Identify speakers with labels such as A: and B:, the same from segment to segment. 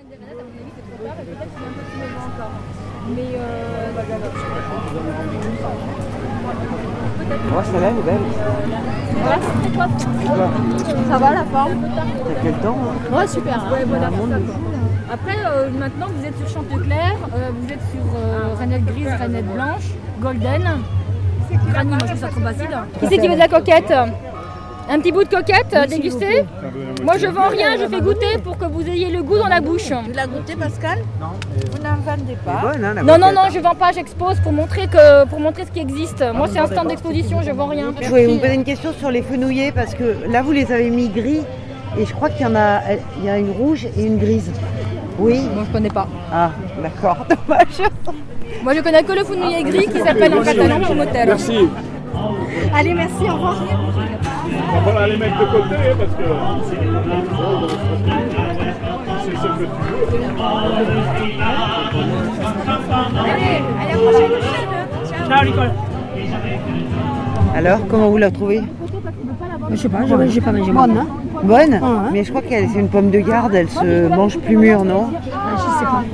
A: une des rénades, à mon avis, c'est trop tard et peut-être qu'il y a un peu plus loin encore. Mais euh, peut-être.
B: Oh, celle-là, elle est belle.
A: Voilà, c'est quoi
C: Ça va la forme
B: T'as quel temps hein
C: Ouais, super. hein.
A: Ouais, voilà, c'est ça quoi. Après, euh, maintenant, vous êtes sur Chanteclair, euh, vous êtes sur euh, Rainette Grise, Rainette Blanche, Golden. Rani, moi je trouve ça trop facile.
C: Qui c'est qui veut de la coquette Un petit bout de coquette euh, dégusté Moi je vends rien, je fais goûter pour que vous ayez le goût dans la bouche.
D: Tu l'as goûté, Pascal Non. Vous n'en vendez
B: Elle est
D: pas.
E: Ah.
B: bonne, hein, la
C: Non non
B: moquette,
C: non,
B: hein.
C: je vends pas, j'expose pour montrer que pour montrer ce qui existe. Moi c'est un stand d'exposition, je vends rien.
E: Je voulais vous poser une question sur les fenouillés parce que là vous les avez mis gris et je crois qu'il y en a, il y a une rouge et une grise. Oui.
C: Moi je connais pas.
E: Ah, d'accord. Dommage.
C: Moi je connais que le fenouil gris qui s'appelle en catalan promotel.
F: Merci.
D: Allez, merci, au revoir.
F: On va aller mettre de côté hein, parce que c'est ce que tu veux.
E: Alors, comment vous la trouvez
A: Je sais pas,
E: j'ai pas mangé. Bonne, hein Bonne Mais je crois qu'elle c'est une pomme de garde, elle se mange plus mûre, non Ah,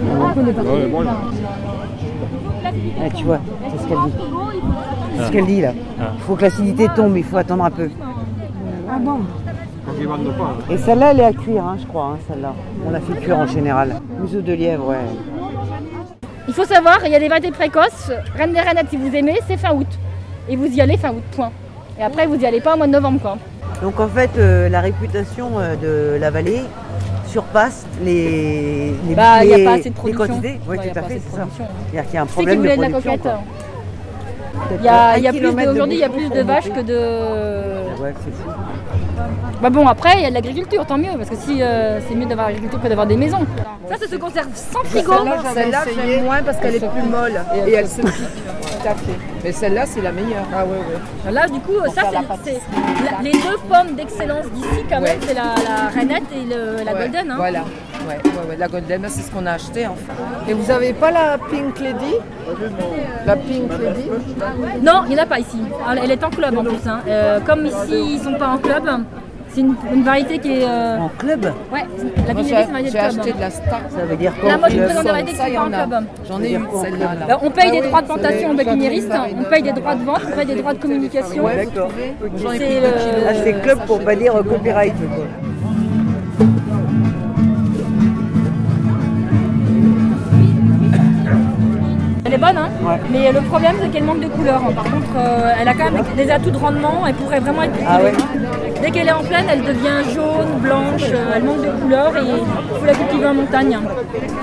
E: tu vois, c'est ce qu'elle dit. C'est ce qu'elle dit là. Il faut que l'acidité tombe, il faut attendre un peu. Ah Et celle-là, elle est à cuire, hein, je crois, hein, celle-là. On la fait cuire en général. Museau de lièvre, ouais.
C: Il faut savoir, il y a des variétés précoces. Reine des Renettes si vous aimez, c'est fin août. Et vous y allez fin août, point. Et après vous y allez pas au mois de novembre quoi.
E: Donc en fait, euh, la réputation euh, de la vallée surpasse les, les,
C: Bah, il n'y
E: les-
C: a pas assez de
E: les
C: production.
E: quantités. Oui,
C: Bah, y a
E: tout
C: pas
E: à fait,
C: assez de
E: c'est ça.
C: production.
E: C'est-à-dire qu'il y a un
C: Qui c'est qui
E: problème
C: voulait de
E: de
C: la
E: production.
C: coquette
E: quoi.
C: hein. Il y a,
E: Un
C: il y a plus
E: kilomètre
C: de-
E: de
C: aujourd'hui, il y a
E: bouchon
C: plus de
E: pour
C: vaches que
E: monter.
C: de.
E: Ouais, c'est fou.
C: Bah bon, après, il y a de l'agriculture, tant mieux, parce que si euh, c'est mieux d'avoir l'agriculture que d'avoir des maisons. Ça, ça se conserve sans frigo.
G: Celle-là, j'aime moins parce qu'elle est plus molle et elle se pique. Tout à fait. Mais celle-là, c'est la meilleure. Ah ouais, ouais.
C: Là, du coup, ça, c'est c'est- la- les deux pommes d'excellence d'ici, quand même,
G: Ouais.
C: c'est la, la Renette et le- la
G: Ouais,
C: Golden. hein.
G: Voilà. Ouais, ouais, ouais, la Golden, c'est ce qu'on a acheté enfin. Et vous avez pas la Pink Lady La Pink Lady
C: Non, il n'y en a pas ici. Alors, Elle est en club en plus. hein. Euh, comme ici, ils sont pas en club, c'est une, une variété qui est. euh,
E: En club,
C: Ouais, la
G: Ah. Moi,
C: Pinelli, c'est une
G: J'ai
C: variété
G: j'ai
C: de club. hein.
G: acheté de la Star.
E: ça veut dire
C: Là,
E: quoi
C: moi, je vous
E: en club
C: présente des variétés qui
G: Ça,
C: sont
G: il y
C: pas en
G: en a.
C: club.
G: J'en ai une, celle-là.
C: Euh,
G: là.
C: on paye
G: Ah
C: des
G: oui,
C: droits de
G: c'est les
C: plantation aux
G: chocolats
C: béquinéristes,
G: farine.
C: on paye des droits de vente, on paye des droits de communication.
G: Ouais, vous trouvez J'en ai
C: C'est
G: pris
C: le-
G: deux kilos.
E: Ah, c'est club pour pas dire euh, copyright. quoi.
C: Elle est bonne, hein
E: Ouais.
C: mais le problème c'est qu'elle manque de couleur. Par contre, euh, elle a quand même des atouts de rendement, elle pourrait vraiment être.
E: Ah ouais
C: Dès qu'elle est en pleine, elle devient jaune, blanche, euh, elle manque de couleur et il faut la cultiver en montagne.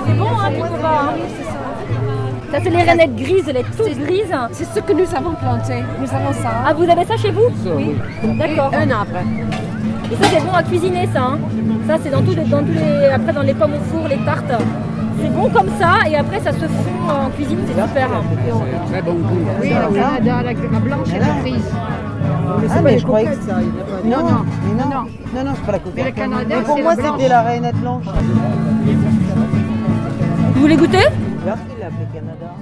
C: C'est bon, hein, Picova hein Ça, c'est les rainettes grises, elle est toute grise.
H: C'est ce que nous avons planté. Nous avons ça.
C: Ah, vous avez ça chez vous Oui. D'accord.
H: Un arbre.
C: Et ça c'est bon à cuisiner ça. hein. Ça c'est dans tous les, dans tous les, après dans les pommes au four, les tartes. C'est bon comme ça et après ça se fond en cuisine, c'est super. hein.
H: Oui, la Canada, la, la blanche et la grise.
E: Ah, mais je croyais que ça. Non, non, mais non, non, non, non, c'est pas la coquette.
H: Mais le Canada,
E: Mais pour
H: c'est
E: moi,
H: le blanc.
E: c'était la rainette blanche.
C: Vous voulez goûter
E: D'ailleurs, il l'a appelé Canada.